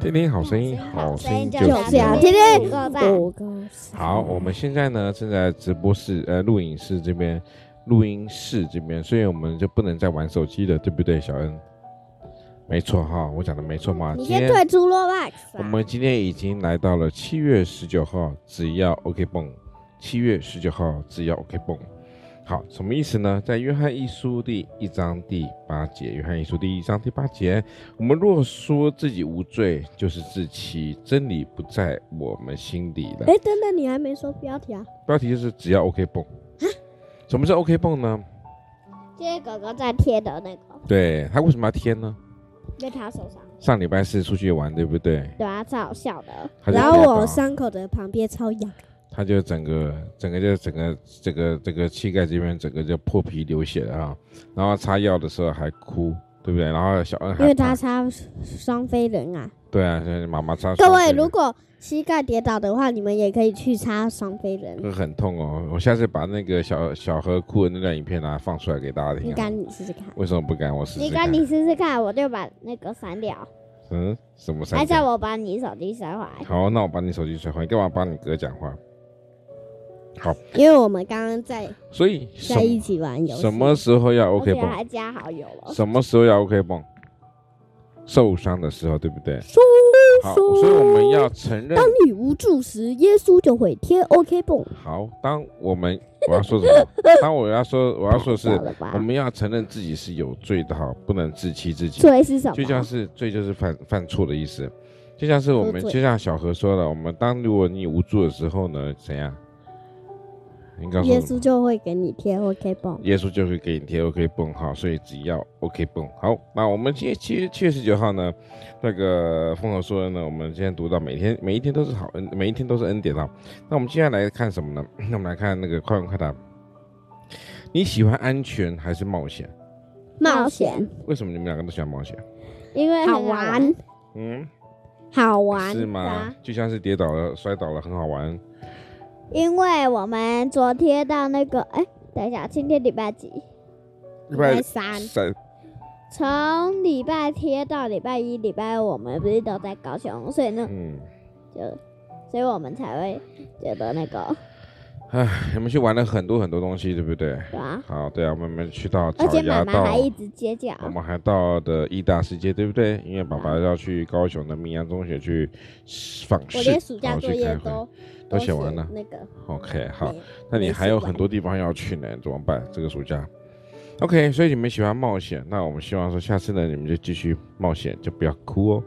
天天好声音，好声音就是要要天天五个赞好，我们现在呢正在直播室呃录影室这边，录音室这边，所以我们就不能再玩手机了，对不对，小恩？没错哈，我讲的没错嘛。你今先天退出 Roblox 我吧。们今天已经来到了七月十九号，只要 OK 蹦。七月十九号，只要 OK 蹦。好，什么意思呢？在约翰一书第一章第八节，约翰一书第一章第八节，我们若说自己无罪，就是自欺，真理不在我们心里了。哎，等等，你还没说标题啊？标题就是只要 OK 蹦。什么是 OK 蹦呢？就是狗狗在贴的那个，对，它为什么要贴呢？在它手上，上礼拜四出去玩，对不对？对啊，超好笑的。它就然跌后倒我伤口的旁边超痒，他就整个整个就整个这个这个膝盖这边整个就破皮流血了啊，然后擦药的时候还哭，对不对？然后小恩还因为怕它擦双飞轮啊。对啊，所以妈妈擦各双位，飞如轮果膝盖跌倒的话，你们也可以去擦双飞轮。会很痛哦。我下次把那个小小何哭的那段影片啊放出来给大家听、你啊。敢你试试看？为什么不敢？我试试你看。赶紧试试看，我就把那个删掉，嗯，什么三还是个？我把你手机摔坏？好，那我把你手机摔坏，你干嘛帮你哥讲话？因为我们刚刚在所以什在一起玩游戏。什么？时候要而 OK 且绷？还加好友了。什么时候要 OK 绷？受伤的时候，对不对？说好，说所以我们要承认当你无助时，耶稣就会贴 OK 绷。好，当我们我要说什么？当我要 说我要说的好是，了我吧？们要承认自己是有罪的哈，不能自欺自己。所以是什么？就像是罪就是犯犯错的意思，就像是我们喝醉就像小何说的，我们当如果你无助的时候呢，怎样？你告诉我耶什稣么，就会给你贴 OK 绷。耶稣就会给你贴 OK 绷哈，所以只要 OK 绷好。那我们今天七月七月十九号呢，那个风和说的呢，我们今天读到每天每一天都是好恩，每一天都是恩典啊。那我们接下来看什么呢？那我们来看那个快问快答。你喜欢安全还是冒险？冒险，为什么你们两个都喜欢冒险？因为很好玩，，嗯，好玩是吗啊？就像是跌倒了、摔倒了，很好玩。因为我们昨天到那个，哎，等一下，今天礼拜几？礼拜三三，从礼拜天到礼拜一、礼拜五，我们不是都在高雄，所以那嗯，就，所以我们才会觉得那个，唉，你们去玩了很多很多东西，对不对？对啊。好，对啊，我们去到而爪且牙妈妈道，还一直尖叫，啊我们还到的义大世界，对不对？因为爸爸要去高雄的明阳中学去访视，我连暑假然后作哦去业开会。都都写完了是那个 OK，好，没那你没还事有玩很多地方要去呢，怎么办？这个暑假，OK，所以你们喜欢冒险，那我们希望说下次呢，你们就继续冒险，就不要哭哦。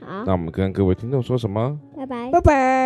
好那，我们跟各位听众说什么？拜拜。拜拜。